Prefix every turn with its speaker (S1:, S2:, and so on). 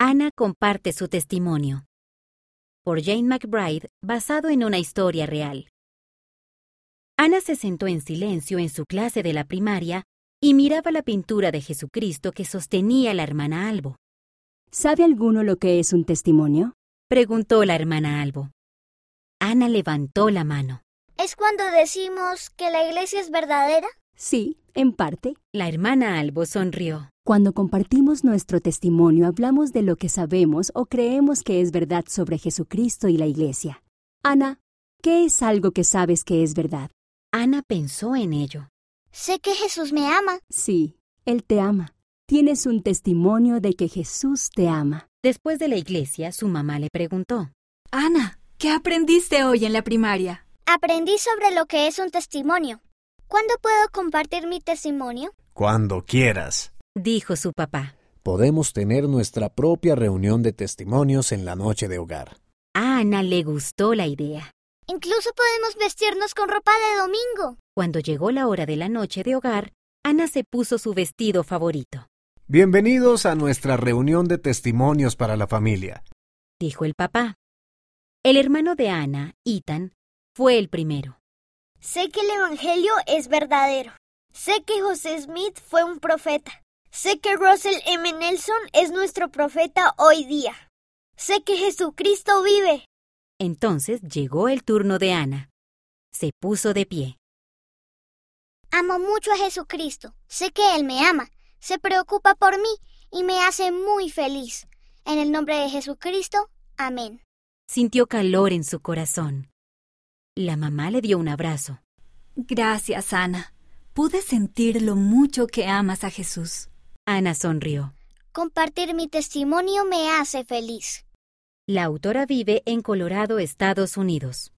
S1: Ana comparte su testimonio. Por Jane McBride, basado en una historia real. Ana se sentó en silencio en su clase de la primaria y miraba la pintura de Jesucristo que sostenía la hermana Albo.
S2: ¿Sabe alguno lo que es un testimonio?
S1: Preguntó la hermana Albo. Ana levantó la mano.
S3: ¿Es cuando decimos que la iglesia es verdadera?
S2: Sí, en parte.
S1: La hermana Albo sonrió.
S2: Cuando compartimos nuestro testimonio hablamos de lo que sabemos o creemos que es verdad sobre Jesucristo y la Iglesia. Ana, ¿qué es algo que sabes que es verdad?
S1: Ana pensó en ello.
S3: Sé que Jesús me ama.
S2: Sí, Él te ama. Tienes un testimonio de que Jesús te ama.
S1: Después de la iglesia, su mamá le preguntó.
S4: Ana, ¿qué aprendiste hoy en la primaria?
S3: Aprendí sobre lo que es un testimonio. ¿Cuándo puedo compartir mi testimonio?
S5: Cuando quieras.
S1: Dijo su papá.
S6: Podemos tener nuestra propia reunión de testimonios en la noche de hogar.
S1: A Ana le gustó la idea.
S3: Incluso podemos vestirnos con ropa de domingo.
S1: Cuando llegó la hora de la noche de hogar, Ana se puso su vestido favorito.
S5: Bienvenidos a nuestra reunión de testimonios para la familia,
S1: dijo el papá. El hermano de Ana, Ethan, fue el primero.
S3: Sé que el Evangelio es verdadero. Sé que José Smith fue un profeta. Sé que Russell M. Nelson es nuestro profeta hoy día. Sé que Jesucristo vive.
S1: Entonces llegó el turno de Ana. Se puso de pie.
S3: Amo mucho a Jesucristo. Sé que Él me ama. Se preocupa por mí y me hace muy feliz. En el nombre de Jesucristo. Amén.
S1: Sintió calor en su corazón. La mamá le dio un abrazo.
S4: Gracias, Ana. Pude sentir lo mucho que amas a Jesús.
S1: Ana sonrió.
S3: Compartir mi testimonio me hace feliz.
S1: La autora vive en Colorado, Estados Unidos.